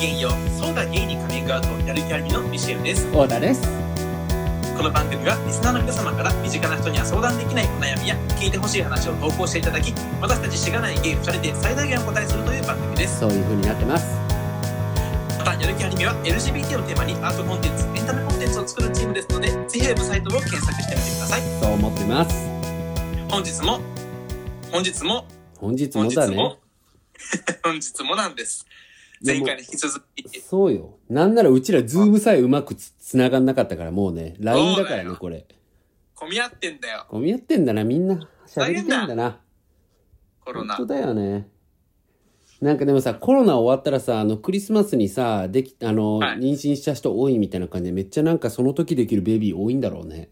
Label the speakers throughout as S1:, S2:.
S1: げんようそうだゲイにカミングアウトやる気ありみのミシェルです
S2: オーダーです。
S1: この番組はリスナーの皆様から身近な人には相談できないお悩みや聞いてほしい話を投稿していただき私たちしがないゲイ2人で最大限お答えするという番組です
S2: そういう風になってます。
S1: またやる気ありみは LGBT をテーマにアートコンテンツエンタメコンテンツを作るチームですのでぜひウェブサイトを検索してみてください
S2: そう思ってます。
S1: 本日も本日も
S2: 本日
S1: 本
S2: も
S1: 日
S2: だ
S1: も
S2: ね。
S1: 本日もなんです
S2: で
S1: 前
S2: も
S1: 回に引き続き
S2: そうよ。なんならうちらズームさえうまくつ繋がんなかったからもうね、LINE だから
S1: そうだ
S2: ね、
S1: よ
S2: これ。
S1: 混み合ってんだよ
S2: ゴミやってんだな、みんな。喋りてんだな。
S1: コロ
S2: 本
S1: ナ
S2: 当だよね。なんかでもさ、コロナ終わったらさ、あの、クリスマスにさ、でき、あの、
S1: はい
S2: 妊娠した人多いみたいな感じで、めっちゃなんかその時できるベビー多いんだろうね。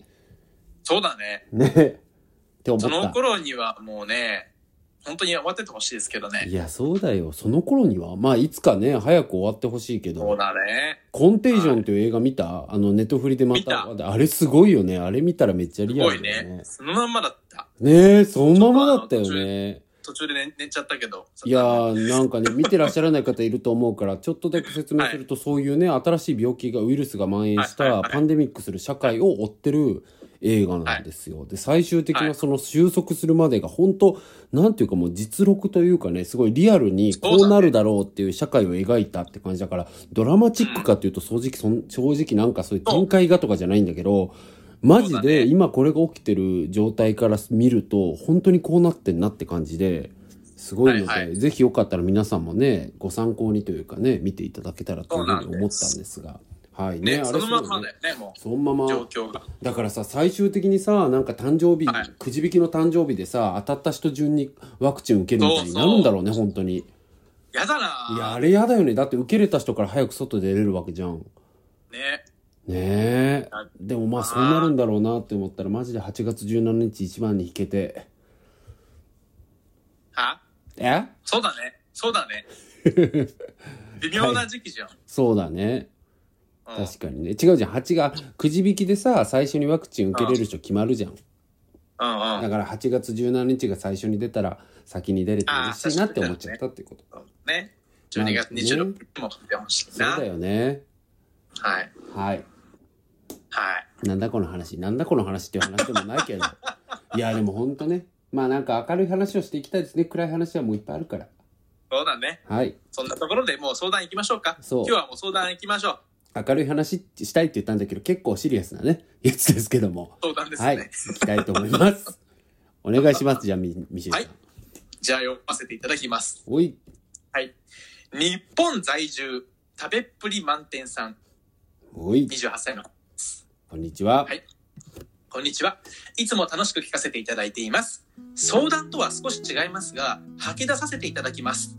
S1: そうだね
S2: ね。って思
S1: その
S2: っ
S1: 頃にはもうね本当に終わっててほしいですけど
S2: た。
S1: ね
S2: いや、そうだよ。その頃には、まあ、いつかね、早く終わってほしいけど。
S1: そうだね
S2: コンテージョンという映画見たあの、ネットフリでまた。あれすごいよね。あれ見たらめっちゃ
S1: す
S2: リア
S1: ご
S2: ル
S1: い
S2: だよ
S1: ね
S2: ね。
S1: そのまんまだった
S2: ねえ、そのままだったよね。
S1: 途中で寝寝ちゃったけど
S2: いやー、なんかね、見てらっしゃらない方いると思うから、 ちょっとだけ説明すると、そういうね、新しい病気が、ウイルスが蔓延し
S1: はいはい
S2: た
S1: はい
S2: パンデミックする社会を追ってる映画なんですよ。で、最終的
S1: は
S2: ないその収束するまでが、本当なんていうかもう実録というかね、すごいリアルにこうなるだろうっていう社会を描いたって感じだから、ドラマチックかっていうと、正直、そん正直なんかそういう展開がとかじゃないんだけど、マジ
S1: そうだ
S2: で
S1: ね
S2: 今これが起きてる状態から見ると、本当にこうなってんなって感じで、すごいので、
S1: はいは
S2: ぜひよかったら皆さんもね、ご参考にというかね、見ていただけたらというふうに思ったんですが。はいね、
S1: ね
S2: あ
S1: そ
S2: れ
S1: の
S2: すごい
S1: ま
S2: ね
S1: んまだよねも
S2: そのまま
S1: う状況が
S2: だからさ最終的にさなんか誕生日、
S1: はい
S2: くじ引きの誕生日でさ当たった人順にワクチン受けるみたいになるんだろうね本当に
S1: やだ
S2: いやあ
S1: な
S2: れやだよねだって受けれた人から早く外出れるわけじゃん
S1: ーね
S2: ねえ
S1: あ
S2: でもまあそうなるんだろうなって思ったらマジで8月17日一番に引けて
S1: は
S2: え
S1: そうだねそう だね微妙な時期じゃん、
S2: そうだね
S1: うん
S2: 確かにね違うじゃん8がくじ引きでさ最初にワクチン受けれる人決まるじゃん
S1: うんう
S2: だから8月17日が最初に出たら先に出れて嬉しいなって思っちゃったってこと
S1: んね12月26日も来てほしい
S2: そう
S1: な、
S2: だよね
S1: はい
S2: はい
S1: はい
S2: なんだこの話なんだこの話っていう話でもないけ どいやでもほんとねまあなんか明るい話をしていきたいですね暗い話はもういっぱいあるから
S1: そうだね
S2: はい
S1: そんなところでもう相談行きましょうか
S2: そう
S1: 今日はもう相談行きましょう
S2: 明るい話したいって言ったんだけど結構シリアスなねやつですけども
S1: 相談ですね、
S2: はい行きたいと思いますお願いしますじゃあみミシェルさん、
S1: はじゃあ読ませていただきます
S2: おい
S1: はい日本在住食べっぷり満点さん
S2: おい
S1: 28歳の
S2: こんにちは、
S1: はいこんにちは。いつも楽しく聞かせていただいています。相談とは少し違いますが、吐き出させていただきます。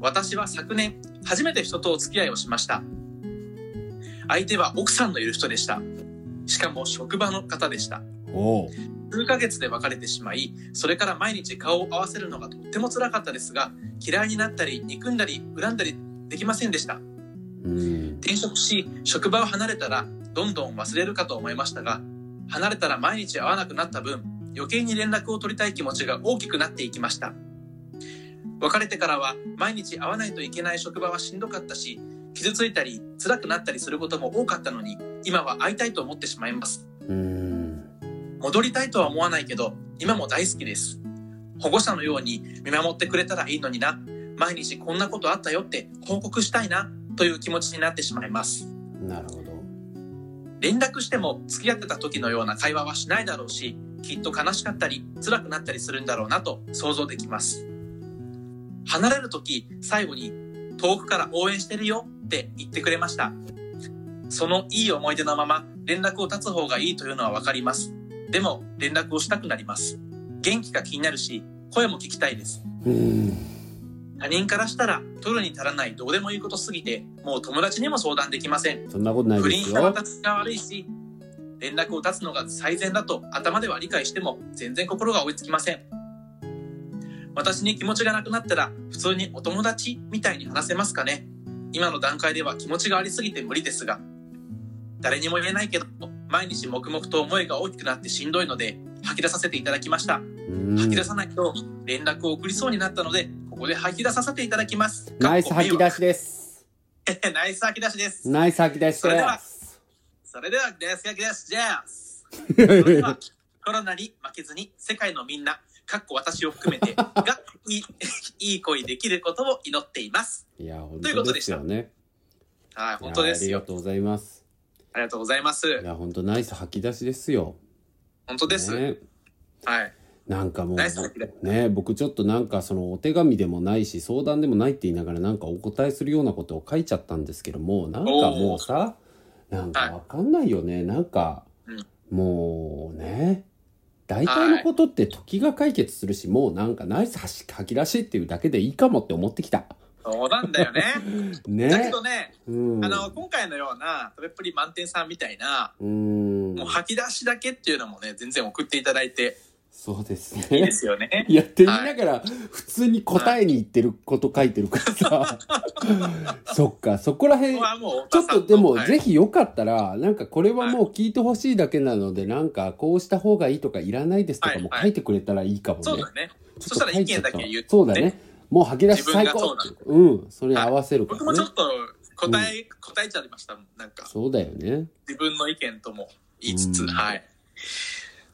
S1: 私は昨年、初めて人とお付き合いをしました。相手は奥さんのいる人でした。しかも職場の方でした。
S2: おう
S1: 数ヶ月で別れてしまい、それから毎日顔を合わせるのがとっても辛かったですが、嫌いになったり、憎んだり、恨んだりできませんでした。
S2: うん
S1: 転職し職場を離れたらどんどん忘れるかと思いましたが離れたら毎日会わなくなった分余計に連絡を取りたい気持ちが大きくなっていきました別れてからは毎日会わないといけない職場はしんどかったし傷ついたり辛くなったりすることも多かったのに今は会いたいと思ってしまいます
S2: うん
S1: 戻りたいとは思わないけど今も大好きです保護者のように見守ってくれたらいいのにな毎日こんなことあったよって報告したいなという気持ちになってしまいます
S2: なるほど
S1: 連絡しても付き合ってた時のような会話はしないだろうしきっと悲しかったり辛くなったりするんだろうなと想像できます離れる時最後に「遠くから応援してるよ」って言ってくれましたそのいい思い出のまま連絡を絶つ方がいいというのはわかりますでも連絡をしたくなります元気が気になるし声も聞きたいです
S2: うん
S1: 他人からしたら取るに足らないどうでもいいことすぎてもう友達にも相談できません
S2: そんなことない
S1: 不
S2: で
S1: 倫し
S2: す
S1: た
S2: よ
S1: 私が悪いし連絡を断つのが最善だと頭では理解しても全然心が追いつきません私に気持ちがなくなったら普通にお友達みたいに話せますかね今の段階では気持ちがありすぎて無理ですが誰にも言えないけど毎日黙々と思いが大きくなってしんどいので吐き出させていただきました
S2: うん
S1: 吐き出さないと連絡を送りそうになったのでここで吐き出させていただきます
S2: ナイス吐き出しです
S1: ナイス秋出しです。
S2: ナイス吐き出し
S1: それでは
S2: す。
S1: それでは、ナイス秋出し です。それでは、コロナに負けずに、世界のみんな、かっこ私を含 めて、が、い い、いい恋できることを祈っています。
S2: いや、本
S1: というこ
S2: 当
S1: と
S2: で
S1: ですした
S2: よね。
S1: はい、本当で
S2: いや
S1: す
S2: あ
S1: よ。
S2: りがとうございます。
S1: ありがとうございます
S2: い。や、本当ナイス吐き出しですよ。
S1: 本当です。
S2: ね
S1: はい。
S2: なんかも
S1: ナイス吐き出し
S2: う、ね、僕ちょっとなんかそのお手紙でもないし、相談でもないって言いながらなんかお答えするようなことを書いちゃったんですけども、なんかもうさ、なんかわかんないよね。なんか
S1: うん、
S2: もうね、大体のことって時が解決するし、もうなんかナイス吐き出しっていうだけでいいかもって思ってきた。
S1: そうなんだよね。
S2: ね。
S1: だけどね、
S2: うん
S1: あの、今回のような、食べっぷり満点さんみたいな、
S2: うーん
S1: もう吐き出しだけっていうのもね、全然送っていただいて
S2: そうです
S1: いい
S2: ね
S1: で。すよね。
S2: やってみながら、普通に答えにいってること書いてるから さ。そっか、そこら
S1: こ
S2: 辺
S1: こ、はもう、
S2: ちょっとでも、
S1: はい
S2: ぜひよかったら、なんかこれはもう聞いてほしいだけなので、なんかこうした方がいいとかいらないですとかも
S1: はいはい
S2: 書いてくれたらいいかもね。
S1: そうだね。
S2: ちょ
S1: そ
S2: っと
S1: したら
S2: 書
S1: 意
S2: いちゃ
S1: 見
S2: った
S1: だけ言って。
S2: そうだね。もう吐き出し
S1: 自分
S2: 最
S1: が
S2: 高
S1: そうなんだ
S2: うん、それ合わせるか
S1: 僕
S2: ら
S1: も
S2: ね
S1: ちょ。っと答え、答えちゃいましたもん。なんか、
S2: そうだよね。
S1: 自分の意見とも言いつ
S2: う
S1: つ、
S2: ん
S1: はい。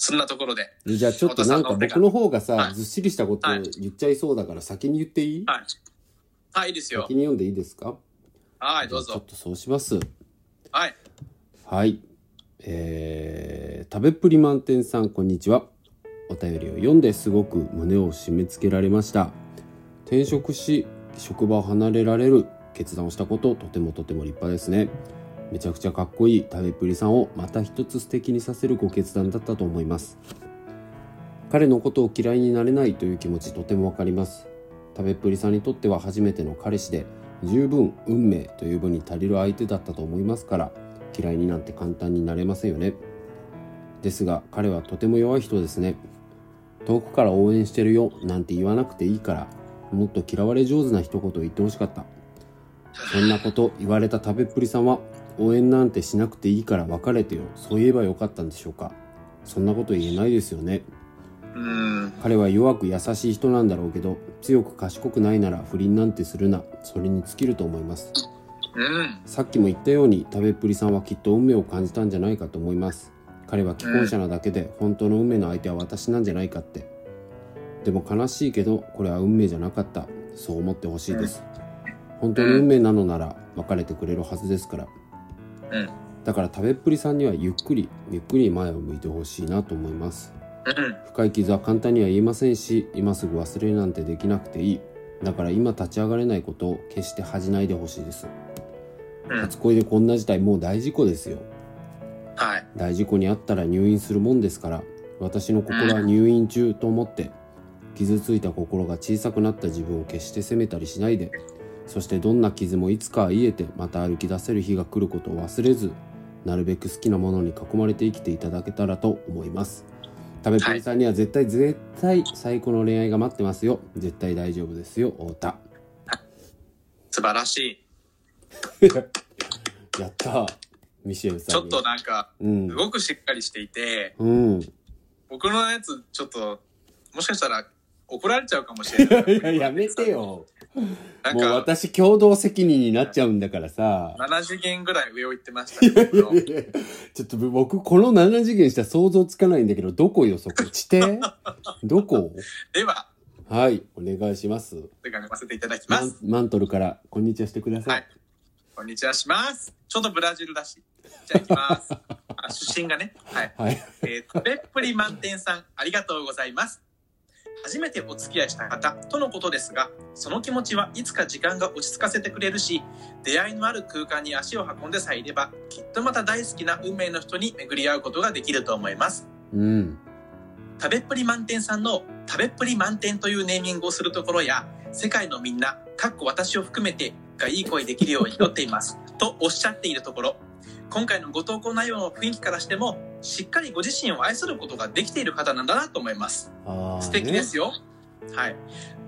S1: そんなところで、
S2: じゃあちょっとなんか僕の方がさ、ずっしりしたこと
S1: はい
S2: 言っちゃいそうだから先に言っていい
S1: はい。はい、いいですよ
S2: 先。に読んでいいですか
S1: はい、どう
S2: じゃあちょ
S1: ぞ
S2: っ。とそうします。
S1: はい。
S2: はい。えー、食べっぷり満点さん、こんにちは。お便りを読んですごく胸を締め付けられました。転職し、職場を離れられる決断をしたこと、とてもとても立派ですね。めちゃくちゃかっこいい食べっぷりさんをまた一つ素敵にさせるご決断だったと思います。彼のことを嫌いになれないという気持ちとてもわかります。食べっぷりさんにとっては初めての彼氏で、十分運命という分に足りる相手だったと思いますから、嫌いになんて簡単になれませんよねですが彼はとても弱い人ですね遠くから応援してるよなんて言わなくていいからもっと嫌われ上手な一言を言ってほしかったそんなこと言われた食べっぷりさんは応援なんてしなくていいから別れてよそういえばよかったんでしょうかそんなこと言えないですよね
S1: うん。
S2: 彼は弱く優しい人なんだろうけど強く賢くないなら不倫なんてするなそれに尽きると思います
S1: うん。
S2: さっきも言ったように食べっぷりさんはきっと運命を感じたんじゃないかと思います彼は既婚者なだけで本当の運命の相手は私なんじゃないかってでも悲しいけどこれは運命じゃなかったそう思ってほしいです本当に運命なのなら別れてくれるはずですから
S1: うん
S2: だから食べっぷりさんにはゆっくりゆっくり前を向いてほしいなと思います
S1: うん。
S2: 深い傷は簡単には言えませんし今すぐ忘れるなんてできなくていいだから今立ち上がれないことを決して恥じないでほしいです
S1: うん。
S2: 初恋でこんな事態もう大事故ですよ
S1: はい。
S2: 大事故にあったら入院するもんですから私の心は入院中と思って傷ついた心が小さくなった自分を決して責めたりしないでそしてどんな傷もいつかは癒えてまた歩き出せる日が来ることを忘れずなるべく好きなものに囲まれて生きていただけたらと思います食べっぷりさんには絶対絶対最高の恋愛が待ってますよ絶対大丈夫ですよ太田
S1: 素晴らしい。
S2: やったーミシェルさん
S1: ちょっ
S2: に
S1: となんか、
S2: うん
S1: すごくしっかりしていて、
S2: うん
S1: 僕のやつ、ちょっと、もしかしたら怒られちゃうかもしれない。
S2: いや、やめてよ。
S1: なん
S2: もう
S1: か、
S2: 私、共同責任になっちゃうんだからさ。
S1: 7次元ぐらい上を行ってましたね、僕の
S2: ちょっと僕、この7次元したら想像つかないんだけど、どこよ、そこ。地 底どこ
S1: では、
S2: はい、お願いします。
S1: 手が読ませていただきま
S2: マン
S1: す。
S2: マントルから、こんにちはしてください。
S1: はいこんにちはします。ちょうどブラジルだし。じゃあ行 きます。あ出身がね。はい。
S2: はい。
S1: えー、べっぷり満点さん、ありがとうございます。初めてお付き合いした方とのことですが、その気持ちはいつか時間が落ち着かせてくれるし、出会いのある空間に足を運んでさえいれば、きっとまた大好きな運命の人に巡り合うことができると思います。
S2: うん。
S1: 食べっぷり満点さんの「食べっぷり満点」というネーミングをするところや世界のみんなかっこ私を含めてがいい声できるように祈っていますとおっしゃっているところ今回のご投稿内容の雰囲気からしてもしっかりご自身を愛することができている方なんだなと思います
S2: あー
S1: 素敵ですよ、はい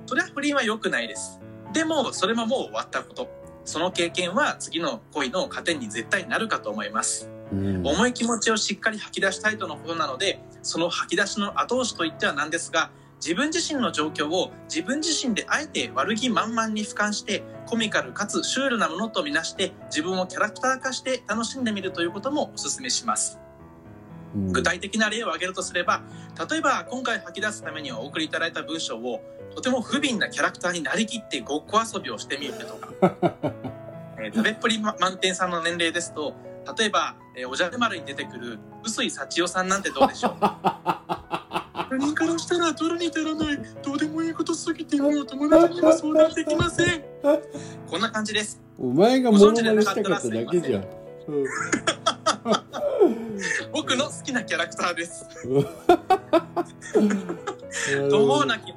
S1: それは不倫は良くないですでもそれももう終わったことその経験は次の恋の糧に絶対なるかと思います
S2: うん。
S1: 重い気持ちをしっかり吐き出したいとのことなのでその吐き出しの後押しといってはなんですが自分自身の状況を自分自身であえて悪気満々に俯瞰してコミカルかつシュールなものとみなして自分をキャラクター化して楽しんでみるということもおすすめします。
S2: うん
S1: 具体的な例を挙げるとすれば例えば今回吐き出すためにお送りいただいた文章をとても不憫なキャラクターになりきってごっこ遊びをしてみるとか、えー食べっぷりま満点さんの年齢ですと例えば、えーおじゃる丸に出てくる臼井幸代さんなんてどうでしょう何からしたら取るに足らないどうでもいいことすぎてもう友達にも相談できませんこんな感じです
S2: お前がモノマネしたかっただけじゃん。うん
S1: 僕の好きなキャラクターです
S2: うん
S1: 途方なき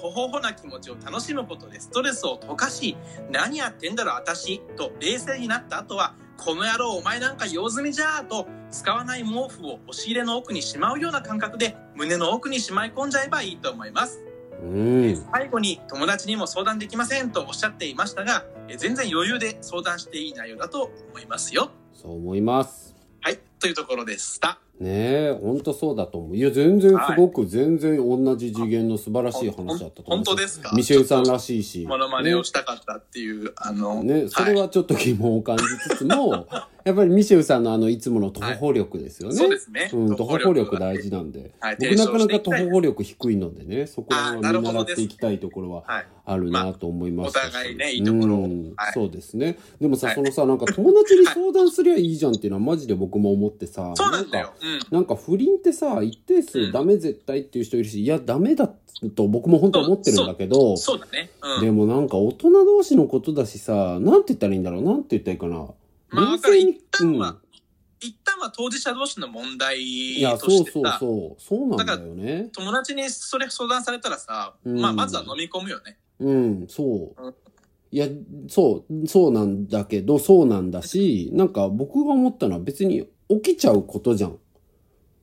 S1: 途方な気持ちを楽しむことでストレスを溶かし何やってんだろ私と冷静になった後はこの野郎お前なんか用済みじゃーと使わない毛布を押し入れの奥にしまうような感覚で胸の奥にしまい込んじゃえばいいと思います
S2: うん。
S1: 最後に友達にも相談できませんとおっしゃっていましたがえ全然余裕で相談していい内容だと思いますよ
S2: そう思います。
S1: はいというところでした
S2: ねえ、ほんとそうだと思う。いや、全然すごく、全然同じ次元の素晴らしい話だったと思う。
S1: 本当ですか
S2: ミシェルさんらしいし。
S1: モノマネをしたかったっていうあの
S2: ね、それはちょっと疑問を感じつつも、やっぱりミシェルさんのあの、いつもの徒歩力ですよ
S1: い
S2: ね。
S1: そうですね
S2: うん、徒歩力
S1: は
S2: 大事なんで。
S1: はい
S2: 僕なかな
S1: 提唱して
S2: か
S1: いき
S2: 徒
S1: たい
S2: 歩力低いのでね、そこら辺
S1: あーな
S2: は
S1: る
S2: 見
S1: ほ
S2: 習
S1: ど
S2: っ
S1: です
S2: ていきたいところは
S1: はい
S2: あるなと思いましたし、
S1: まあお互いねいいところを
S2: うん
S1: はい
S2: そうですね。でもさ、
S1: はい
S2: そのさ、なんか友達に相談すりゃいいじゃんっていうのはマジで僕も思ってさ、
S1: そうなんだよ、うん、
S2: なんか不倫ってさ、一定
S1: う
S2: 数
S1: ん
S2: ダメ絶対っていう人いるし、いや、ダメだと僕も本当は思ってるんだけど、
S1: そうだね。うん。
S2: でもなんか大人同士のことだしさ、なんて言ったらいいんだろうなんて言ったらいいかな。
S1: まあ、
S2: 冷
S1: だから
S2: 静に
S1: 一旦は、
S2: うん
S1: 一旦は当事者同士の問題
S2: いや、そ
S1: とし
S2: う
S1: て
S2: そう
S1: さ、
S2: そう。そうなんだよね。
S1: 友達にそれ相談されたらさ、
S2: うん
S1: まあ、まずは飲み込むよね。
S2: うん、そう
S1: うん。
S2: いや、そう、そうなんだけど、そうなんだし、なんか僕が思ったのは別に起きちゃうことじゃん。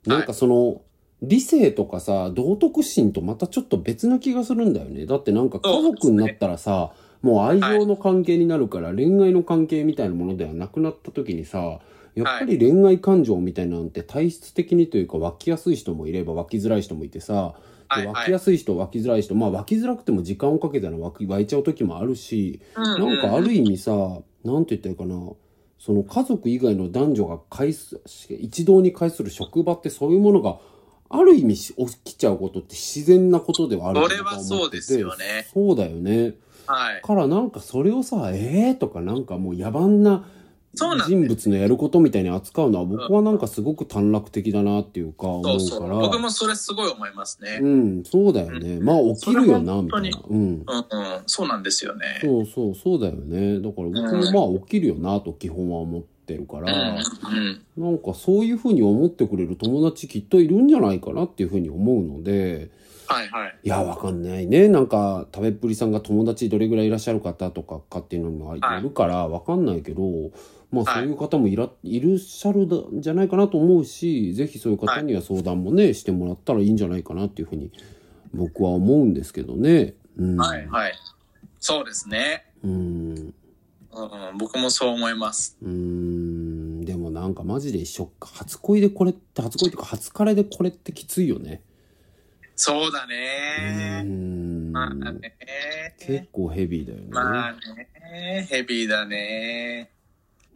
S2: なんかその、理性とかさ、道徳心とまたちょっと別な気がするんだよね。だってなんか家族になったらさ、もう愛情の関係になるから、恋愛の関係みたいなものではなくなった時にさ、やっぱり恋愛感情みたいなんて体質的にというか湧きやすい人もいれば湧きづらい人もいてさ、
S1: はい
S2: で
S1: は
S2: 湧
S1: い
S2: きやすい人湧きづらい人まあ湧きづらくても時間をかけたら湧き湧いちゃう時もあるし、なんかある意味さなんて言ったらいいかなその家族以外の男女が介す一堂に会する職場ってそういうものがある意味し起きちゃうことって自然なことではある
S1: そ
S2: と
S1: れ
S2: 僕
S1: は
S2: 思
S1: そう
S2: ってて
S1: ですよね。
S2: そうだよね。
S1: はい。
S2: からなんかそれをさ、えーとかなんかもう野蛮な
S1: そうなんだよ
S2: 人物のやることみたいに扱うのは僕はなんかすごく短絡的だなっていうか思うから。
S1: そうそう。僕もそれすごい思いますね。
S2: うん、そうだよね。まあ起きるよな、
S1: それ本
S2: み
S1: 当
S2: た
S1: に
S2: いな。うん。
S1: うんうん。そうなんですよね。
S2: そうそう、そうだよね。だから僕もまあ起きるよな、と基本は思ってるか
S1: うん
S2: ら、
S1: うん。
S2: なんかそういうふうに思ってくれる友達きっといるんじゃないかなっていうふうに思うので、
S1: はいはい。
S2: いや、わかんないね。なんか、食べっぷりさんが友達どれぐらいいらっしゃる方とかかっていうのが
S1: はい
S2: いるから、わかんないけど、まあ
S1: は
S2: そ
S1: いう
S2: いう方もいら、い、るっしゃるだんじゃないかなと思うし、ぜひそういう方には相談もね、してもらったらいいんじゃないかなっていうふうに、僕は思うんですけどね。うん。
S1: はいはい。そうですね。
S2: うん。
S1: うんうん。僕もそう思います。
S2: うん。でもなんかマジで一緒か。初恋でこれって、初恋とか初彼でこれってきついよね。
S1: そうだ
S2: う
S1: ね。
S2: ん。
S1: まあね。
S2: 結構ヘビーだよね。
S1: まあね。ヘビーだね。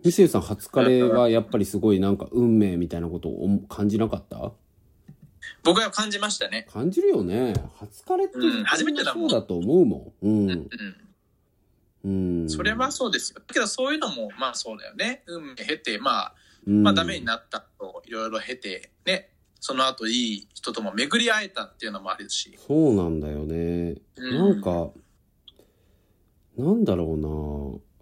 S2: ミシェルさん初カレーはやっぱりすごいなんか運命みたいなことを思感じなかった
S1: 僕は感じましたね。
S2: 感じるよね初カレーって
S1: うん初めてだもん
S2: そうだと思うもんうん、
S1: うん。
S2: うん、
S1: それはそうですよ。だけどそういうのもまあそうだよね。運命経て、まあ、
S2: うん、
S1: まあダメになったといろいろ経て、ね、その後いい人とも巡り会えたっていうのもあるし。
S2: そうなんだよね
S1: う
S2: なん、か、なんだろうな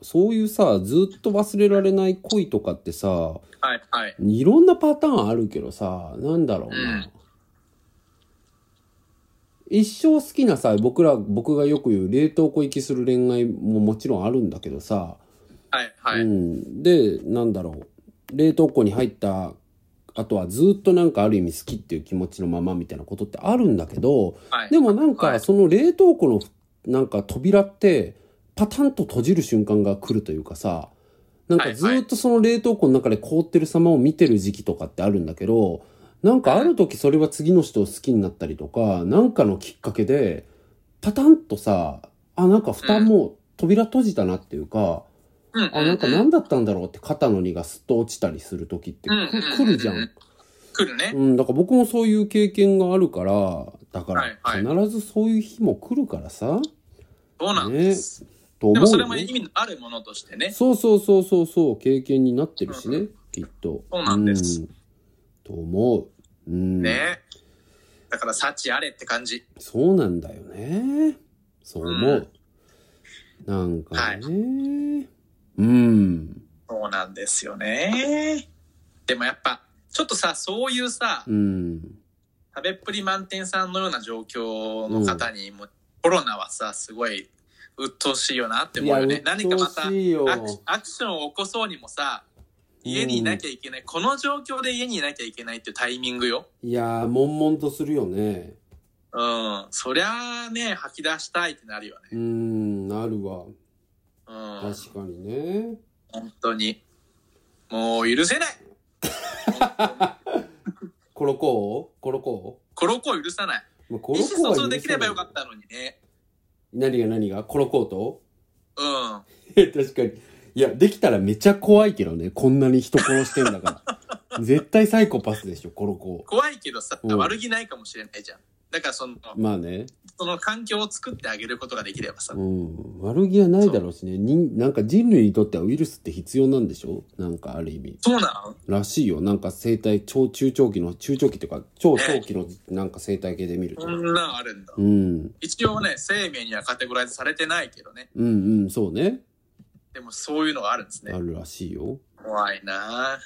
S2: そういうさずっと忘れられない恋とかってさ
S1: はいはい。
S2: いろんなパターンあるけどさなんだろうな、
S1: うん
S2: 一生好きなさ僕ら僕がよく言う冷凍庫行きする恋愛ももちろんあるんだけどさ、
S1: はいはい。
S2: うん、でなんだろう冷凍庫に入ったあとはずっとなんかある意味好きっていう気持ちのままみたいなことってあるんだけど
S1: はい。
S2: でもなん
S1: は
S2: か
S1: い
S2: その冷凍庫のなんか扉ってパタンと閉じる瞬間が来るというかさなんかずっとその冷凍庫の中で凍ってる様を見てる時期とかってあるんだけどなんかある時それは次の人を好きになったりとか、なんかのきっかけで、パタンとさ、あ、なんか負担も扉閉じたなっていうか、
S1: うん
S2: あ、なんか何だったんだろうって肩の荷がすっと落ちたりする時って
S1: うん
S2: く来るじゃ。
S1: うん来るね。
S2: うん、だから僕もそういう経験があるから、だか
S1: はい
S2: ら
S1: はい
S2: 必ずそういう日も来るからさ、
S1: そうなんです。
S2: と思
S1: でも
S2: う
S1: それ
S2: よ
S1: も意
S2: ね。
S1: 味のあるものとしてね。
S2: そうそうそうそうそう、経験になってるし
S1: う
S2: ね、きっと。
S1: そうなんです
S2: うん。と思う。うん。
S1: ね。だから、幸あれって感じ。
S2: そうなんだよね。そう思う。なんかね、うん。
S1: そうなんですよね。でもやっぱ、ちょっとさ、そういうさ
S2: う、ん。
S1: 食べっぷり満点さんのような状況の方にも、コロナはさ、すごい、鬱陶しいよなって思うよね。何かまた
S2: 鬱陶、しいよ
S1: アクシアクションを起こそうにもさ、家にいなきゃいけない、この状況で家にいなきゃいけないっていうタイミングよ。
S2: いやー、悶々とするよね。
S1: うん。そりゃあね、吐き出したいってなるよ
S2: う
S1: ね。
S2: ん、なるわ。
S1: うん。
S2: 確かにね。
S1: 本当に。もう許せない本 当に
S2: コロコーコロコ
S1: コロコを許さない。
S2: ー、まあ、コ
S1: 意
S2: ロ
S1: 思
S2: コー
S1: 疎
S2: は。
S1: 通できればよかったたのにね。
S2: 何が何がコロコーと
S1: うん。
S2: 確かに。いや、できたらめちゃ怖いけどね。こんなに人殺してんだ から。絶対サイコパスでしょ、コロコ
S1: 怖いけどさ、
S2: うん
S1: 悪気ないかもしれないじゃん。だからその、
S2: ー。まあね。
S1: その環境を作ってあげることができればさ。
S2: うん。悪気はないだろうしね。人、なんか人類にとってはウイルスって必要なんでしょなんかある意味。
S1: そうなん
S2: らしいよ。なんか生態、超中長期の、中長期というか、超長期のなんか生態系で見ると
S1: そ。んなんあるんだ。
S2: うん。
S1: 一応ね、生命にはカテゴライズされてないけどね。
S2: うんうん、そうね。
S1: でもそういうのがあるんです
S2: あ
S1: ね。
S2: るらしいよ。
S1: 怖いな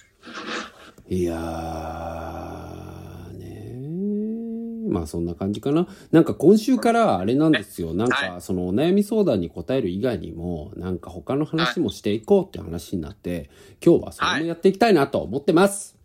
S1: い
S2: やー、ねーまあそんな感じかな。なんか今週からあれなんですよ。なん
S1: は
S2: かそのお悩み相談に答える以外にも、なんか他の話もしていこうって話になって、今日はそれもやっていきたいなと思ってます。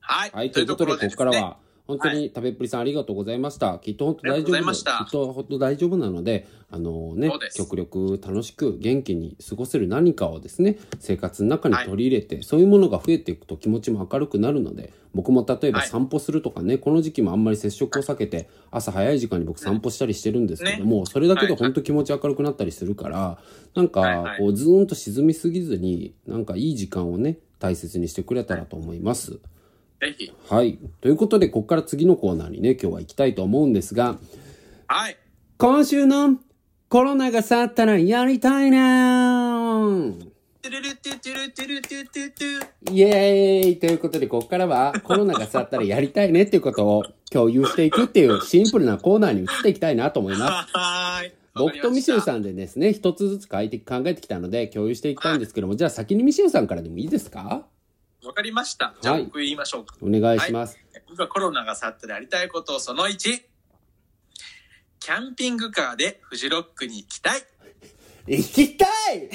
S1: はい。
S2: はい、ということで、こ
S1: で
S2: こから
S1: ですね。
S2: は、本当に食べっぷりさんありがとうございました。きっと本当大丈
S1: ありがとうござ
S2: 夫
S1: い
S2: で。
S1: ますし
S2: き
S1: た
S2: っと本当大丈夫なので、あのね
S1: そうで、す
S2: 極力楽しく元気に過ごせる何かをですね、生活の中に取り入れて、そういうものが増えていくと気持ちも明るくなるので、僕も例えば
S1: はい
S2: 散歩するとかね、この時期もあんまり接触を避けて、朝早い時間に僕散歩したりしてるんですけども、それだけで本当気持ち明るくなったりするから、なん
S1: はいは
S2: か
S1: い
S2: こうずーんと沈みすぎずに、なんかいい時間をね、大切にしてくれたらと思います。
S1: ぜひ。
S2: はい。ということで、ここから次のコーナーにね、今日は行きたいと思うんですが、
S1: はい。
S2: 今週のコロナが去ったらやりたいなー
S1: トゥルルトゥトゥルトゥルトゥトゥトゥ。
S2: イエーイということで、ここからはコロナが去ったらやりたいねっていうことを共有していくっていうシンプルなコーナーに移っていきたいなと思い ます。
S1: はーい。
S2: 僕とミシェル
S1: ん。
S2: さんでですね、一つずつ変えて考えてきたので共有していきたいんですけども、じゃあ先にミシェルさんからでもいいですか
S1: わかりました。じゃあ
S2: はい
S1: 僕言いましょうか。
S2: お願いします。
S1: 僕はコロナが去ってやりたいことをその1キャンピングカーでフジロックに行きたい
S2: 行きた い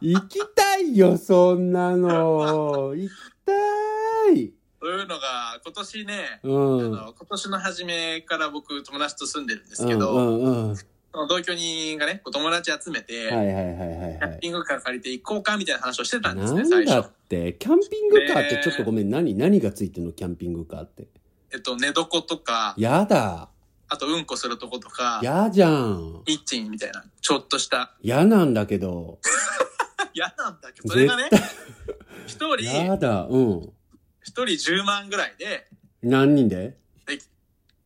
S2: 行きたいよ、そんなの。行きたい。
S1: というのが今年ね、
S2: うん。
S1: あ
S2: うん
S1: の今年の初めから僕友達と住んでるんで
S2: う
S1: すけど、
S2: んうん。は
S1: その同居人がねお友達集め
S2: い
S1: て、
S2: はいはいはい
S1: キ
S2: は
S1: ャン
S2: い。
S1: ピングカー借りて行こうかみたいな話をしてたんですね
S2: なん
S1: 最
S2: だ
S1: 初
S2: っ。て、キャンピングカーってちょっとごめん、何、何がついてんのキャンピングカーって。
S1: えっと寝床とか
S2: やだ。
S1: あとうんこするとことか
S2: やじゃん。
S1: キッチンみたいなちょっとした
S2: やなんだけど。
S1: 嫌なんだけどそれがね一人
S2: やだ。うん。
S1: 一人10万ぐらいで
S2: 何人で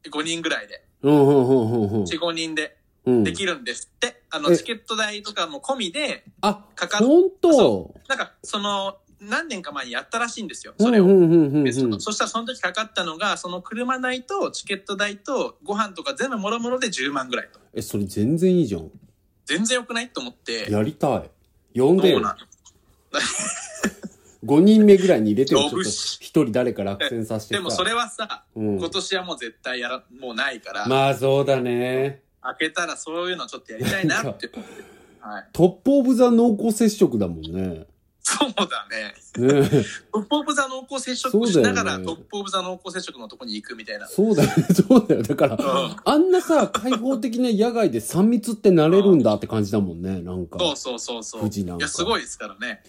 S1: 5人ぐらいで
S2: うんうんうんうんうん
S1: 45人で。
S2: うん
S1: できるんですって、あ
S2: え
S1: のチケット代とかも込みで
S2: あ、
S1: かかる
S2: ほんと
S1: なんかその何年か前にやったらしいんですよ
S2: う
S1: そ
S2: ん
S1: れを、
S2: うんうんうんう
S1: でそ
S2: ん。
S1: そしたらその時かかったのがその車代とチケット代とご飯とか全部もろもろで10万ぐらいと
S2: え、それ全然いいじゃん。
S1: 全然よくないと思って
S2: やりたい。呼んで
S1: ど
S2: よ。
S1: うな
S2: 5人目ぐらいに入れてよ。ちょっ
S1: 呼
S2: と
S1: ぶ
S2: 一
S1: し
S2: 人誰か落選させて
S1: でもそれはさ
S2: うん
S1: 今年はもう絶対やらもうないから、
S2: まあそうだね。
S1: 開けたらそういうのちょっとやりたいなって思って、はい、
S2: トップオブザ濃厚接触だもんね。
S1: そうだね
S2: ね
S1: トップオブザ濃厚接触し
S2: そうだ
S1: な
S2: よね
S1: がら、トップオブザ濃厚接触のとこに行くみたいな
S2: そうだよね。 そうだよ。だから
S1: ん、
S2: あんなさ、開放的な野外で3密ってなれるんだって感じだもんね。なんか。
S1: そうそうそうそう
S2: 富士なん
S1: い
S2: か
S1: やすごいですからね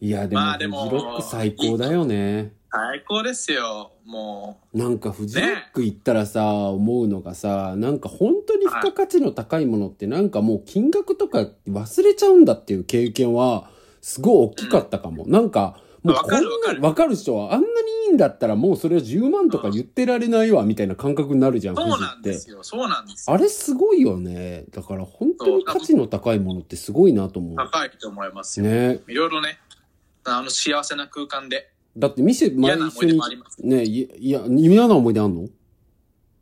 S2: いや、でも、
S1: まあ
S2: フジ
S1: でも
S2: ロック最高だよね。
S1: 最高ですよ。も
S2: なんかフジロック行ったらさ、思うのがさ、なんか本当に付加価値の高いものってなんかもう金額とか忘れちゃうんだっていう経験は、すごい大きかったかも。なんか、もう
S1: わ
S2: こんな
S1: かるわかる
S2: わかる人はあんなにいいんだったらもうそれは10万とか言ってられないわ、みたいな感覚になるじゃ
S1: う。
S2: ん、
S1: そ
S2: 富
S1: う
S2: 士
S1: なん
S2: って
S1: で。すよ。そうなんですよ。
S2: あれすごいよね。だから本当に価値の高いものってすごいなと思う。
S1: 高いと思いますよ。
S2: ね。
S1: いろいろね、あの、幸せな空間で、
S2: だってミシェ前
S1: 嫌な
S2: 一
S1: 思
S2: 緒
S1: い出
S2: に
S1: もあります。
S2: ねいいや、嫌な思い出あんの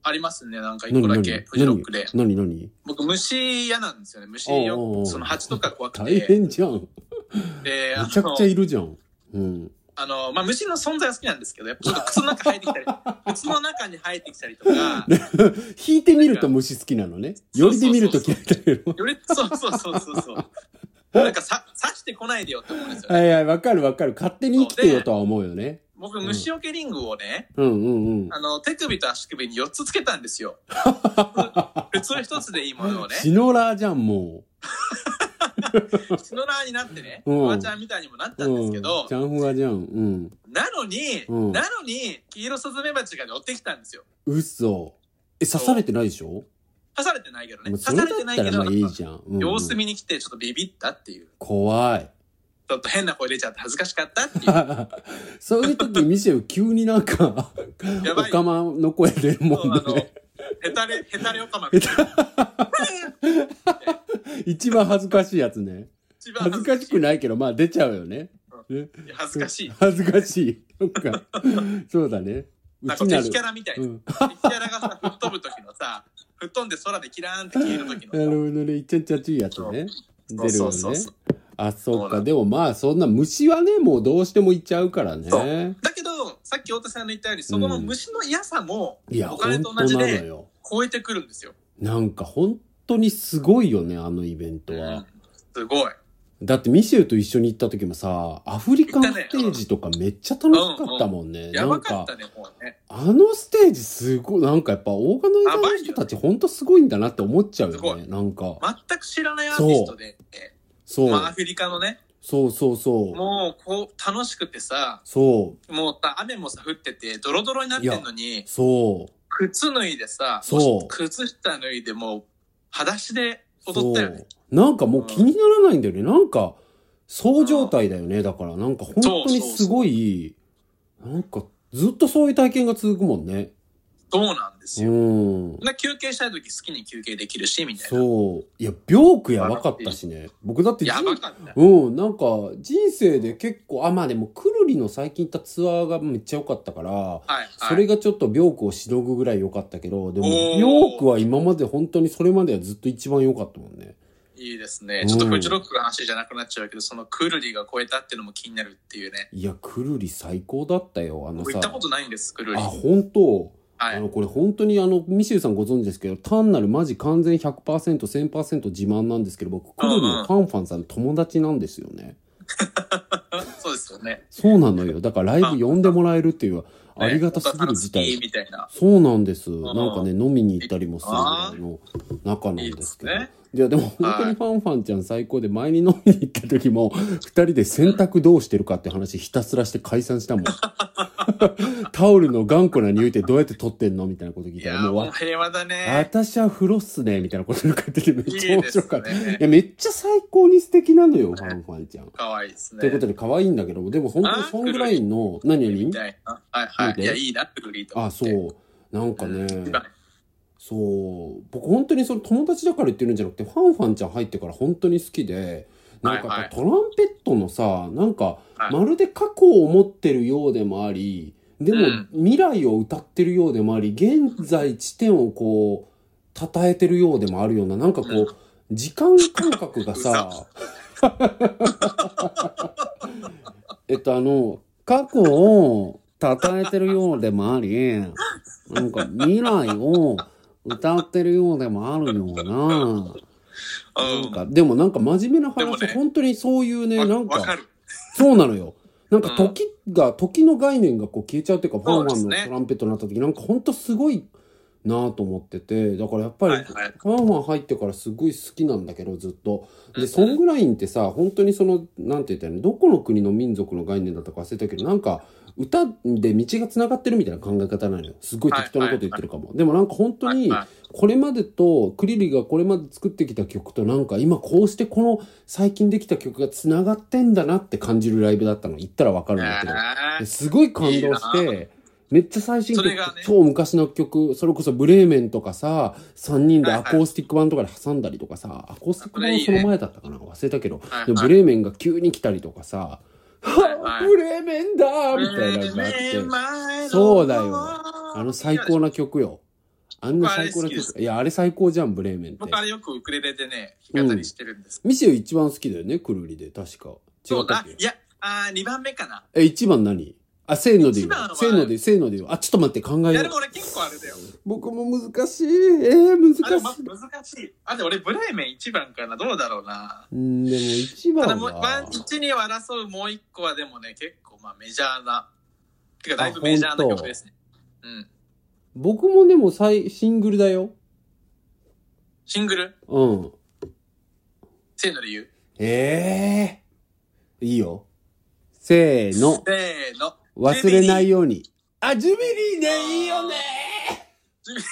S1: ありますね、なんか一
S2: 何
S1: 個だ
S2: 何
S1: け、フジロッ
S2: 何
S1: クで。
S2: 何何
S1: 僕、虫嫌なんですよね。虫
S2: おうおうお
S1: よ、
S2: う
S1: その蜂とか怖く
S2: 大
S1: て。
S2: 変じゃん。
S1: で、あ
S2: めちゃく
S1: の
S2: ちゃ、いるじゃん。うん。
S1: あのまあ、虫の存在は好きなんですけど、やっぱちょっと靴の中入ってきたり、 靴の中に入ってきたりとか、
S2: 引いてみると虫好きなのね。
S1: そう
S2: 寄
S1: そう
S2: り
S1: そうそう
S2: で見ると嫌いだけど。
S1: より、そうそうそうそうそう。なんかさ、刺してこないでよって思うんですよね。
S2: はいはい、わかるわかる。勝手に生きてよとは思うよね。
S1: 僕、虫除けリングをね、
S2: うんうんうん。
S1: あの、手首と足首に4つつけたんで すよ。普通1つでいいものをね、
S2: シノラーじゃん、も
S1: シノラーになってね、
S2: う
S1: お
S2: ん
S1: ばちゃんみたいにもなっ
S2: う。
S1: たんですけ
S2: う
S1: ど
S2: ん、ち、ゃんふわじゃん。うん。
S1: なのに、
S2: うん
S1: なのに、黄色スズメバチが寄ってきたんですよ。
S2: 嘘。え、刺されてないでしょ
S1: 刺されてないけどね。
S2: もう
S1: 刺
S2: それだ
S1: され
S2: って
S1: ない
S2: た
S1: け
S2: ら
S1: ど、
S2: まあいいじゃん。うんうん
S1: 様子見に来てちょっとビビったっていう。
S2: 怖い。
S1: ちょっと変な声出ちゃって恥ずかしかったっていう。
S2: そういう時、ミシェル急になんか、
S1: や
S2: お
S1: ばい
S2: かまの声出るも
S1: そ
S2: ん
S1: うあ
S2: だ
S1: の、
S2: ね。
S1: ヘタレ、ヘタレオカマみたいな。
S2: 一番恥ずかしいやつね。
S1: 一番
S2: 恥ずかしく
S1: い。
S2: ないけど、まあ出ちゃうよね。ね
S1: 恥ずかしい。
S2: 恥ずかしい。そっ か。そうだね。
S1: なん
S2: 内
S1: か
S2: な
S1: 敵
S2: る
S1: キ。ャラみたいうな。
S2: ん。
S1: 敵キャラがさ、吹っ飛ぶ時のさ、吹っ飛んで空でキラーンって消える時
S2: なるほ
S1: の
S2: どね。いっちゃんちゃちいやつね。出
S1: さ。
S2: る
S1: そ
S2: よ
S1: うそう
S2: ね。
S1: そう。
S2: あ、そう
S1: そうな
S2: か。
S1: の
S2: でもまあ、そんな虫はね、もうどうしてもいっちゃうから
S1: そ
S2: ね。
S1: だけど、さっき太田さんの言ったように、そこの虫の嫌さも
S2: いや、
S1: お
S2: 本
S1: 金と
S2: 当
S1: 同
S2: な
S1: じ
S2: の
S1: で
S2: よ。
S1: 超えてくるんですよ。
S2: なんか本当にすごいよね、あのイベント
S1: うん
S2: は。
S1: すごい。
S2: だってミシェルと一緒に行った時もさ、アフリカンステージとかめっちゃ楽しかったもんね。
S1: や
S2: な
S1: ば
S2: ん
S1: かっ
S2: か
S1: た、ね、もうね。
S2: あのステージすごい、なんかやっぱオーガナイザーの人たち本当すごいんだなって思っちゃう
S1: すご
S2: よ
S1: い
S2: ね。なんか、
S1: 全く知らないアーティストで、
S2: そう、
S1: まあ、アフリカのね、
S2: そうそうそう。
S1: もうこう楽しくてさ、
S2: そう、
S1: もうさ雨もさ降ってて、ドロドロになってんのに、
S2: そう。
S1: 靴脱いでさ、
S2: そう
S1: 靴下脱いでもう、裸足で踊ったよね。
S2: そうなんかもう気にならないんだよね。なんか、そう状態だよね。だからなんか本当にすごい、なんかずっとそういう体験が続くもんね。
S1: そうなんです
S2: う
S1: よ。
S2: ん。
S1: な休憩したい時好きに休憩できるし、みたいな。
S2: そう。いや、病句やばかったしね。僕だって人
S1: やばかった。
S2: うん、なんか人生で結構、あ、まあでもくるりの最近行ったツアーがめっちゃ良かったから、
S1: はい、はい。
S2: それがちょっと病句をしのぐぐらい良かったけど、でも
S1: おー
S2: 病句は今まで本当にそれまではずっと一番良かったもんね。
S1: いいですね。ちょっとフジロックの話じゃなくなっちゃうけど、そのクルリが超えたっていうのも気になるっていうね。
S2: いや、くるり最高だったよ。あの
S1: 僕行
S2: さ
S1: っ、たことないんです、クルリ。
S2: あ、
S1: は
S2: 本当あ
S1: い。
S2: の、これ本当にあの、ミシェルさんご存知ですけど、単なるマジ完全100%、1000%自慢なんですけど、僕、クルリのファンファンさんの友達なんですよね。
S1: そうですよね。
S2: そうなのよ。だからライブ呼んでもらえるっていう、
S1: ね
S2: ありがたすぎる事
S1: 好
S2: 態
S1: き。みたいな。
S2: そうなんです。
S1: ん
S2: なんかね、飲みに行ったりもするぐらいの仲なんですけど。
S1: い
S2: い
S1: いですね
S2: や、でも本当にファンファンちゃん最高で、前に飲みに行った時も、二人で洗濯どうしてるかって話ひたすらして解散したもん。 タオルの頑固な匂いってどうやって取ってんのみたいなこと聞い
S1: い
S2: た
S1: や
S2: ら、
S1: ー、
S2: もう
S1: もう
S2: わ、
S1: 平和だね。
S2: 私は風呂っすね、みたいなことに書いててめっちゃ面白かった。
S1: い
S2: い
S1: いですね
S2: や、めっちゃ最高に素敵なのよ、ファンファンちゃん。
S1: かわいいですね。
S2: ということで可愛いんだけど、でも本当にソングラインの、何より
S1: みたいな。はいは
S2: 見
S1: い。
S2: て
S1: いや、いいな、クルリと思
S2: あ、
S1: って。
S2: そう。なんかね、
S1: 今ね
S2: そう僕本当にその友達だから言ってるんじゃなくてファンファンちゃん入ってから本当に好きでなんか
S1: はいは
S2: や
S1: い
S2: っぱトランペットのさなんか
S1: はい
S2: まるで過去を持ってるようでもありでも
S1: うん
S2: 未来を歌ってるようでもあり現在地点をこう称えてるようでもあるようななんかこ
S1: うん
S2: う時間感覚が さえっとあの過去を称えてるようでもありなんか未来を歌ってるようでもあるような。なんか、でもなんか真面目な
S1: でも
S2: 話、
S1: ね
S2: 本当にそういう
S1: う
S2: ね、
S1: ん。
S2: なん
S1: わわか
S2: か、
S1: る。
S2: そうなのよ。なんか
S1: うん
S2: 時が、時の概念がこう消えちゃうっていうか、ファ
S1: そう
S2: ンファン
S1: ですね
S2: のトランペットになった時、なんか本当すごいなぁと思ってて、だからやっぱ
S1: は
S2: り
S1: い、はい。
S2: ファンファン入ってからすごい好きなんだけど、ずっと。
S1: うんう
S2: で、
S1: ん
S2: ソングラインってさ、本当にその、なんて言ったらいいの、どこの国の民族の概念だったか忘れたけど、なんか、歌で道が繋がってるみたいな考え方なのよ。すごい適当なこと言ってるかも。でもなんか本当に、これまでと、クリリがこれまで作ってきた曲となんか今こうしてこの最近できた曲が繋がってんだなって感じるライブだったの。言ったらわかるんだけど。ですごい感動して、めっちゃ最新曲、
S1: それがね
S2: 超昔の曲、それこそブレーメンとかさ、3人でアコースティック版とかで挟んだりとかさ、アコースティック版はその前だったかな忘れたけど、
S1: はいはい
S2: でもブレーメンが急に来たりとかさ、
S1: はいは
S2: はいぁブレーメンだーみたいなのがあって、そうだよあの最高な曲よ。あんな最高な
S1: 僕あれ好き
S2: 曲。いや、あれ最高じゃん、ブレーメンって
S1: 僕。あれよくウクレレでね、弾き語りしてるんです。
S2: ミシェル一番好きだよね、くるりで、確か。違
S1: そ
S2: っ
S1: う
S2: たっ
S1: だ。
S2: け
S1: いや、あー二番目かな。
S2: え、一番何あ、せーので言
S1: 一番
S2: う。
S1: は
S2: せーので言う、せーので言う。あ、ちょっと待って、考え
S1: い
S2: よ
S1: や、
S2: う
S1: でも。俺結構あれだよ。
S2: 僕も難しい。えー、難しい。
S1: あれ、ま、難しい。あ、で俺、ブレーメン一番かな。どうだろうな。
S2: うん、でも一
S1: た
S2: 番
S1: だもう、ワ
S2: は
S1: ン、。一、二を争うもう一個はでもね、結構、まあ、メジャーな。てか、だいぶメジャーな曲ですね。うん。
S2: 僕もでも最、シングルだよ。
S1: シングル
S2: うん。
S1: せーので言う。
S2: ええいいよ。せーの。
S1: せーの。
S2: 忘れない
S1: よ。
S2: ように。あ、ジュビリーね、いいよね
S1: ジュビ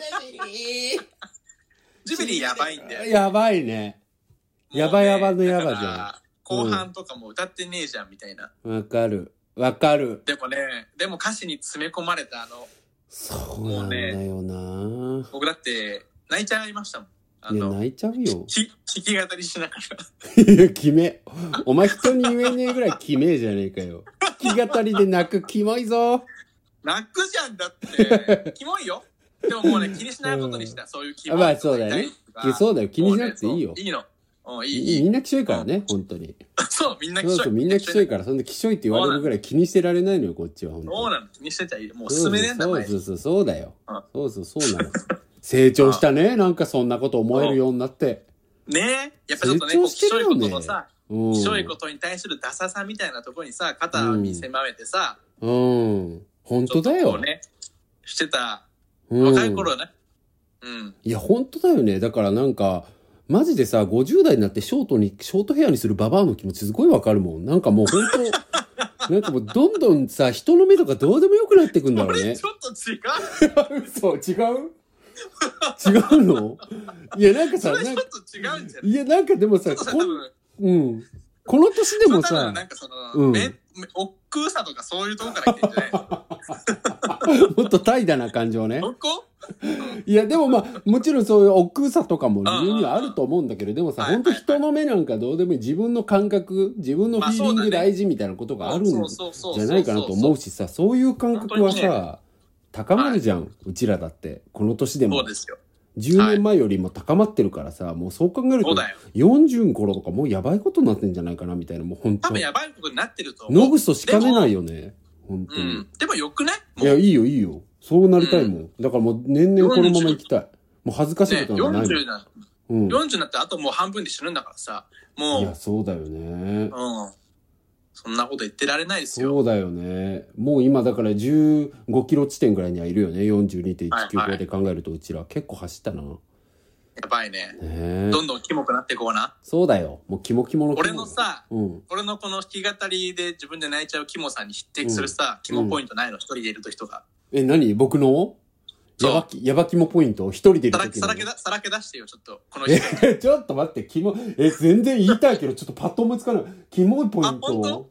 S2: ジュビリー
S1: ジュビリーやばいんだよ。
S2: やばいね。やばやばのやばじゃん
S1: だから後半とかも歌ってねえじゃんみたいな。
S2: わかる。わかる。
S1: でもね、でも歌詞に詰め込まれたあの、
S2: そうなんだよな。
S1: 僕だって泣いちゃいましたもん。あ
S2: いや、
S1: の、
S2: 泣いちゃうよ。
S1: き聞き語りし ながら。
S2: いや、キメ。お前人に言えねえぐらいキメえじゃねえか よ。弾き語りで泣くキモいぞ。
S1: 泣くじゃんだって。キモいよ。でももうね、気にしないことにした。そういう気
S2: あまあそうだよねそううだよ、気にしなくていいよ。
S1: いいの。うん、いい、いい。
S2: みんなきしょいからね、本当に。
S1: そう、みんなき
S2: そう
S1: し
S2: そ
S1: ょ
S2: う、
S1: い。
S2: みんなきしょいから、そんなきしょいって言われるぐらい気にしてられないのよ、こっちは、本
S1: そう
S2: 当
S1: なの、気にしてちゃいい。もう
S2: に。
S1: 進めねえんだ、
S2: そう
S1: 前
S2: そ
S1: に
S2: うそう、そうだよ
S1: うん。
S2: そうそう、そうなの。成長したね、なんかそんなこと思えるようになって。
S1: ねえ。やっぱちょっとね、
S2: 成長
S1: こう
S2: して
S1: きしょ
S2: る
S1: い
S2: よね
S1: ことのさ、
S2: うん。
S1: ひょいことに対するダサさみたいなところにさ、肩を見せまめてさ、
S2: うん。本
S1: ちょ
S2: 当
S1: っ
S2: だ
S1: とこ
S2: よ
S1: う。ね、してた、
S2: うん
S1: 若い頃はね、うん。
S2: いや、本当だよね。だからなんか、マジでさ、50代になってショートに、ショートヘアにするババアの気持ちすごいわかるもん。なんかもう本当 なんかもうどんどんさ、人の目とかどうでもよくなってくんだ
S1: こ
S2: ろうね
S1: れ。ちょっと違う。
S2: 嘘違う違うのいやなんか
S1: そ
S2: さ
S1: れち
S2: な
S1: ょ
S2: んか
S1: っと違うんじゃない
S2: いやなんかでも
S1: ちょ
S2: さ
S1: っとさ、
S2: こ
S1: 多
S2: ん、
S1: 分、
S2: うん、この年で
S1: それ
S2: も
S1: 多分
S2: さ
S1: なんかその、
S2: うん
S1: め、め、おっくうさとかそういうとこから来てんじゃない の
S2: もっと怠惰な感情ね
S1: どこ
S2: いやでもまあもちろんそういう億劫さとかも理由にはあると思うんだけどでもさ
S1: はい
S2: 本当人の目なんかどうでもいい自分の感覚自分のフィーリン
S1: まあそうだ
S2: グ
S1: ね
S2: 大事みたいなことがあるんじ
S1: そうそうそうそう
S2: ゃないかなと思う
S1: そ
S2: しさそういう感覚は
S1: 本当に
S2: さ高まるじゃんうちらだってこの年で
S1: うそ
S2: も
S1: うですよ。
S2: 10年前よりも高まってるからさもうそう考える
S1: そ
S2: と
S1: うだよ。
S2: 40頃とかもうやばいことになってんじゃないかなみたいな、もう本
S1: 多
S2: 当
S1: 分やばいことになってると
S2: 野
S1: 思う。
S2: ぐそしかねないよね。本当
S1: う
S2: に。
S1: ん。でもよくない
S2: い
S1: も
S2: や、
S1: う、
S2: いいよ、いいよ。そうなりたいもん。だからもう年々このまま行きたい。もう恥ずかしい
S1: ね、
S2: ことなんかない
S1: 40な、
S2: もん。うん。
S1: 40になってあともう半分で死ぬんだからさ、も
S2: いうや、、そうだよね。
S1: うん。そんなこと言ってられないですよ。
S2: そうだよね。もう今だから15キロ地点ぐらいにはいるよね。42.195
S1: はいはい
S2: で考えるとうちら結構走ったな。ね
S1: やばいね。
S2: え。
S1: どんどんキモくなってこうな。
S2: そうだよ。もうキモキモのキモ
S1: 俺の、さ、
S2: うん。
S1: 俺のこの弾き語りで自分で泣いちゃうキモさんに匹敵するさ、キモポイントないの一人でいる時とか。
S2: え、何僕の
S1: そう
S2: やばき、やばきもポイント一人でいる
S1: さら
S2: 時
S1: さ
S2: の
S1: らけだ、さらけ出してよ、ちょっと。この人。
S2: え、 ちょっと待って、キモ、え、全然言いたいけど、ちょっとパッと思いつかない。キモいポイン
S1: あ本
S2: ト
S1: 当。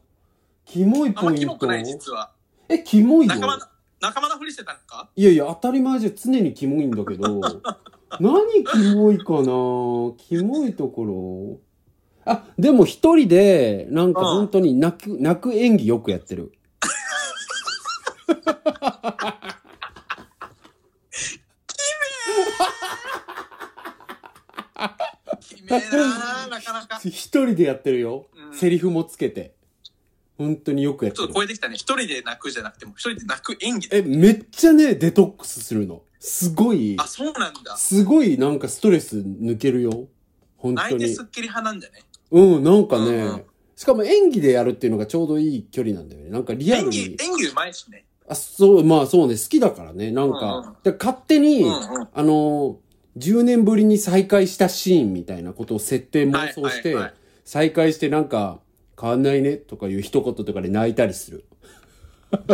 S2: キモい
S1: あん
S2: ポ
S1: ま
S2: イ
S1: キ
S2: ン
S1: モ
S2: ト
S1: く。ない、実は。
S2: え、キモいよ。
S1: 仲間な、仲間のふりしてたん か
S2: いやいや、当たり前じゃ常にキモいんだけ ど。何キモいかなキモいところ。あ、でも一人で、なんか本当に泣く、泣く演技よくやってる。
S1: きめえななかなか。ち
S2: 一人でやってるよ
S1: う。ん
S2: セリフもつけて。本当によくやって
S1: ょっ
S2: る
S1: と。超えてきたね。一人で泣くじゃなくても、一人で泣く演技だ。
S2: え、めっちゃね、デトックスするの。すごい。
S1: あ、そうなんだ。
S2: すごいなんかストレス抜けるよ。本
S1: 泣
S2: 当
S1: いて
S2: に
S1: す。っきり派なんだね。
S2: うん、なんかね、
S1: うんうん
S2: しかも演技でやるっていうのがちょうどいい距離なんだよね。なんかリア
S1: 演
S2: ル
S1: 技
S2: に、。
S1: 演技うまいしね。
S2: あ、そう、まあそうね、好きだからね。なんか、
S1: うんうん
S2: だから勝手に、
S1: うんうん。
S2: あの、10年ぶりに再会したシーンみたいなことを設定妄想して、
S1: はいはいはい
S2: 再会してなんか、変わんないねとかいう一言とかで泣いたりする。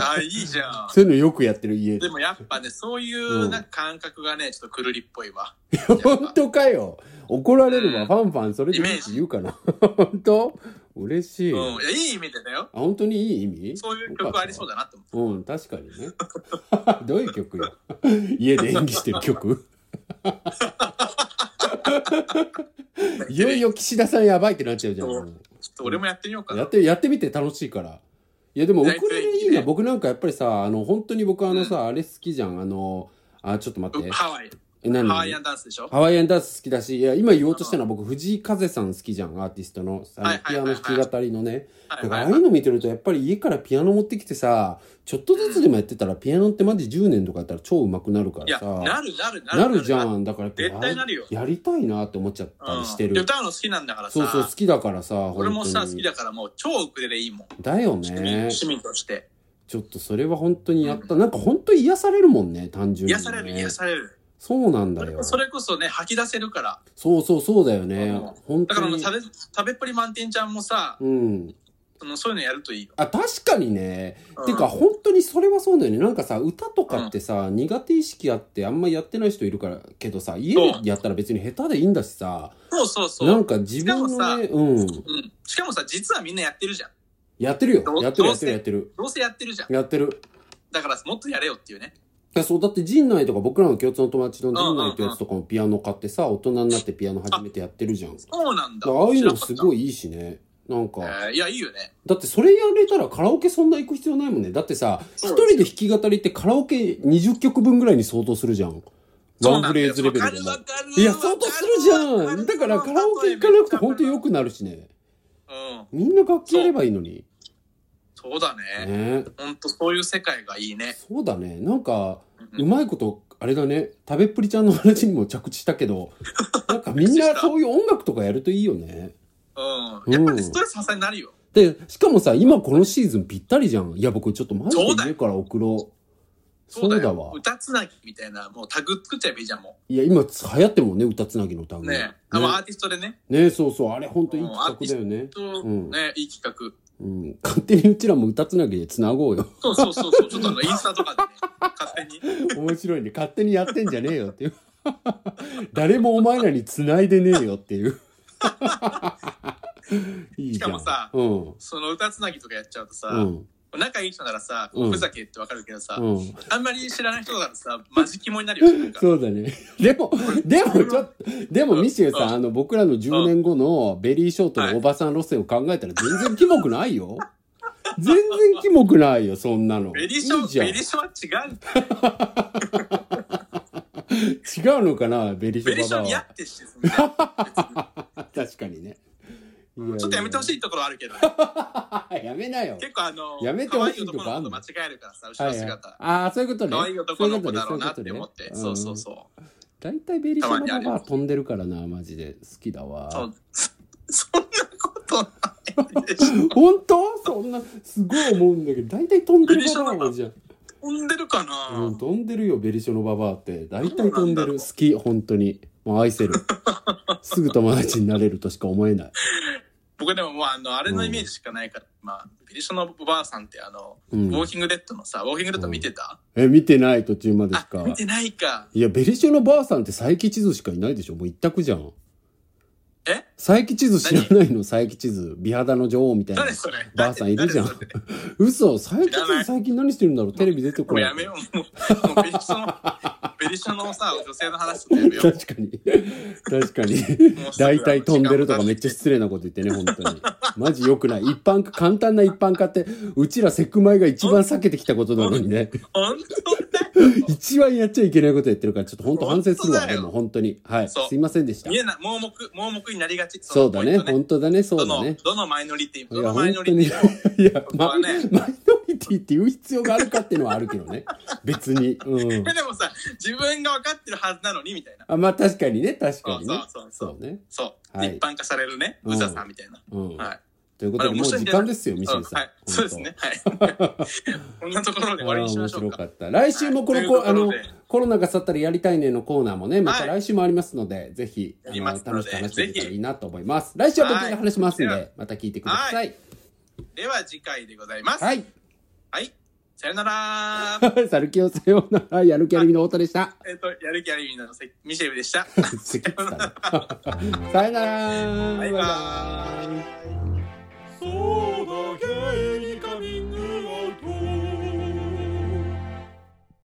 S1: あ、いい じゃん。
S2: そういうのよくやってる家
S1: で。もやっぱね、そういううんなんか感覚がね、ちょっとくるりっぽいわ。
S2: 本当かよ。怒られる
S1: う
S2: わ。
S1: ん
S2: ファンファン、それでいいって言うかな。 本当嬉しい。
S1: うん
S2: あ、
S1: いや、いい意味でだよ。
S2: 本当にいい意味
S1: そういう曲ありそうだなって思って。
S2: うん、確かにね。 どういう曲よ。 家で演技してる 曲いよいよ岸田さんやばいってなっちゃうじゃん。
S1: そうちょっと俺もやってみようか
S2: や
S1: な。
S2: って、やってみて楽しいから。いや、でも、ウ
S1: やりたい
S2: クレレいい
S1: ね
S2: な。僕なんかやっぱりさ、あの、本当に僕あのさ、あれ好きじゃん。あの、あ、ちょっと待って。
S1: ハワイ。
S2: え何
S1: ハワイアンダンスでしょ
S2: ハワイアンダンス好きだし、いや、今言おうとしたのは僕、藤井風さん好きじゃん、アーティストの。あ
S1: は
S2: の
S1: い、
S2: ピ
S1: はい
S2: ア
S1: はいは
S2: ノ
S1: い
S2: 弾き語りのね。
S1: はい
S2: だから、あ
S1: は
S2: あ
S1: い
S2: い
S1: は
S2: う
S1: い。
S2: の見てると、やっぱり家からピアノ持ってきてさ、ちょっとずつでもやってたら、ピアノってマジ10年とかやったら超上手くなるか
S1: い
S2: ら
S1: や、
S2: さ。
S1: なるなるなる。
S2: なるじゃ。ん。だからやっ
S1: 絶
S2: ぱ
S1: 対
S2: や
S1: なるよ。
S2: やりたいなって思っちゃったりして
S1: うんで
S2: る。
S1: 歌うの好きなんだから
S2: そうそう、好
S1: さ。
S2: きだからさ、
S1: 俺もさ、
S2: 本
S1: 好
S2: 当
S1: き
S2: に
S1: だからもう超ウクレレいいもん。
S2: だよ
S1: 趣味
S2: ね。
S1: 趣味として。
S2: ちょっとそれは本当にやった。なんか本当に癒されるもんね、単純に、ね。
S1: 癒される、癒される。
S2: そうなん
S1: そ
S2: だ
S1: れ
S2: よ。
S1: こそれこそね、吐き出せるから。
S2: そうそうそうだよね
S1: うん。
S2: 本
S1: だから
S2: 当
S1: もう
S2: に
S1: 食。べ、食べっぷり満点ちゃんもさ、
S2: うん。
S1: そのそういうのやるといいよ。
S2: あ、確かにね。
S1: うん
S2: てか、本当にそれはそうだよね。なんかさ、歌とかってさ、苦手意識あってあんまやってない人いるから、けどさ、家
S1: そう
S2: でやったら別に下手でいいんだしさ、
S1: そうそうそ
S2: な
S1: う。
S2: んか自分
S1: し
S2: の
S1: かも
S2: ね、うん。
S1: うん。しかもさ、実はみんなやってるじゃん。
S2: やってるよ
S1: ど。う
S2: やってる
S1: ど
S2: や
S1: う
S2: っ
S1: せ
S2: てるやってる。
S1: どうせやってるじゃん。
S2: やってる。
S1: だからもっとやれよっていうね。
S2: いやそう、だって陣内とか僕らの共通の友達の陣
S1: うんうんうん
S2: 内ってやつとかもピアノ買ってさ、大人になってピアノ始めてやってるじゃん。
S1: そうなんだ。
S2: ああいうのす
S1: い。
S2: ごいいいしね。なんか、
S1: えーいや、いいよね。
S2: だってそれやれたらカラオケそんな行く必要ないもんね。だってさ、一
S1: そう
S2: 人で弾き語りってカラオケ20曲分ぐらいに相当するじゃん。ワンフレーズレベルで
S1: そう
S2: も
S1: なんだよわ。かる
S2: いや、相当するじゃんだからカラオケ行かなくて本当に良
S1: く。
S2: くなるしね。
S1: うん。
S2: みんな楽器やればいいのに。
S1: そうだ
S2: ね
S1: ね。ほんと、そういう世界がいいね。
S2: そうだね。なんか、
S1: うん
S2: うまいこと、あれだね。食べっぷりちゃんの話にも着地したけ ど、なんかみんなそういう音楽とかやるといいよね。
S1: うん。やっぱりストレス発散になるよ。
S2: で、しかもさ、今このシーズンぴったりじゃん。いや、僕ちょっとマジで
S1: そうだよ
S2: 家から送ろう。
S1: そ
S2: そうう
S1: だ
S2: だ
S1: よ
S2: わ。
S1: 歌つなぎみたいな、もうタグ作っちゃえばいいじゃん、も
S2: いや、今流行ってるもんね、歌つなぎの歌う
S1: う。ねえ。
S2: ね
S1: あの、アーティストでね。
S2: ねそうそう、あれ本当いい企画だよね。
S1: と、
S2: うん
S1: ね、いい企画。
S2: うん。勝手にうちらも歌つなぎで繋ごうよ。
S1: そうそうそうそう。ちょっとあの、インスタとかでね、勝手に。
S2: 面白いね。勝手にやってんじゃねえよっていう。 誰もお前らに繋いでねえよっていう。 いいじゃん。
S1: しかもさ
S2: うん。
S1: その歌つなぎとかやっちゃうとさ、
S2: うん。
S1: 仲いい人ならさ、
S2: うん
S1: ふざけってわかるけどさ、
S2: うん。
S1: あんまり知らない人だからさ、マジ肝になるよね。なんか
S2: そうだね。 でも、でもちょっと、でもミシェルさん、あの、僕らの10年後のベリーショートのおばさん路線を考えたら全然キモくないよ。全然キモくないよ、そんなの。
S1: ベリショ
S2: いいじゃん
S1: ベリショは違う。
S2: 違うのかな、ベリシ
S1: ベリ
S2: ョ
S1: シ
S2: バ
S1: ョ
S2: バ
S1: にや
S2: は。
S1: ってしてそん な
S2: 確かにね。いい
S1: ちょっとやめてほしいところあるけど、
S2: い。やめなよ。
S1: 結構あの、
S2: やめて
S1: 可
S2: ほ
S1: 愛
S2: し
S1: い
S2: いとこ
S1: 男の
S2: あ
S1: 子
S2: んの
S1: と間違えるからさ、後
S2: は
S1: ろ
S2: いはい
S1: 姿。、
S2: ああ、そういうことね。
S1: 可愛い男の子だろうなっ
S2: そう
S1: て
S2: いう
S1: 思
S2: こ
S1: っ
S2: とね
S1: て、そうそうそう。
S2: 大体ベリーショ
S1: たまにあ
S2: ー
S1: る
S2: ババは飛んでるからな、マジで。好きだわ。
S1: そうそんなことないでしょ。
S2: 本当そんな、すごい思うんだけど、大体飛んでるババア多いじゃん。
S1: 飛んでるかな、
S2: うん、飛んでるよ、ベリショのババアって。大体飛んで
S1: そうなん
S2: る。
S1: だ
S2: 好き、本当に。もう愛 せる。すぐ友達になれるとしか思えない。
S1: 僕でももうあの、あれのイメージしかないから、まあ、ベリショのおばあさんってあの、
S2: う
S1: ウォー
S2: ん。
S1: キングデッドのさ、ウォーキングデッド見てた、
S2: え、見てない途中までし
S1: あ、
S2: か
S1: 見。てないか。
S2: いや、ベリショのばあさんって佐伯地図しかいないでしょもう一択じゃん。
S1: え
S2: 佐伯地図知らないの佐伯地図。美肌の女王みたいな
S1: 誰。それ
S2: ばあさんいるじゃん
S1: 誰それ
S2: 嘘佐伯地
S1: 知らな
S2: 図
S1: い
S2: 最近何してるんだろうテレビ出て
S1: も
S2: こな
S1: う
S2: い
S1: や。めよう。もう、もうベリショの、ベリショのさ、女性の話とかやめよう。
S2: 確かに。確かに。
S1: もうすぐ
S2: 大体飛んでるとかめっ
S1: 時
S2: ちゃ失礼なこと言ってね、本当に。マジ良くない。一般化、簡単な一般化って、うちらセクマイが一番避けてきたことなのにね。
S1: 間経つ。本
S2: 一番やっちゃいけないことやってるから、ちょっと本当反省する
S1: 本当
S2: わ、
S1: だ
S2: で
S1: よ
S2: も本当に。はい。
S1: そう
S2: すいませんでし
S1: 当
S2: た
S1: 見。えない、盲目、盲目になりがち。
S2: そうだね、
S1: ポイン
S2: 本当だね、
S1: ト
S2: そうだね。
S1: どの、どのマイノリティ、
S2: い
S1: ど
S2: や、
S1: のマイ
S2: 本
S1: ノ
S2: 当
S1: リ
S2: に。い
S1: ティを、
S2: や、
S1: 当
S2: マ
S1: は
S2: イ
S1: ね
S2: マイノリティって言う必要があるかっていうのはあるけど ね。別に。うん。
S1: でもさ、自分が分かってるはずなのに、みたいな。
S2: あ、まあ確かにね、確
S1: そ
S2: か
S1: う
S2: に
S1: そう
S2: ね。
S1: そうそ。
S2: そううね。
S1: そう、
S2: はい
S1: 一般化されるね、
S2: うん
S1: うざさんみたいな。
S2: うん。
S1: はい。
S2: ということで、
S1: あれ面
S2: もう
S1: 白いん
S2: 時
S1: じゃな
S2: 間
S1: い
S2: ですよ、ミシェルさん。
S1: はい。そうですね。 はい。こんなところで終わりにしましょうか。
S2: あー面白かった。来週もこの、
S1: はい
S2: こあ
S1: という
S2: の
S1: ことで、
S2: コロナが去ったらやりたいねのコーナーもね、また来週もありますので、ぜひ、あの
S1: やりますので
S2: 楽しく話していけたら
S1: ぜひ
S2: いいなと思います。来週は僕が話しますんで、
S1: はい
S2: また聞いてください。
S1: では次回でございます。
S2: はい。
S1: はい。さよな ら
S2: サルキをさようなら、やる気ありみの太田でした。
S1: えっと、やる気ありみのせミシェルでした。
S2: 咳つったなさよなら。
S1: バイバーイ。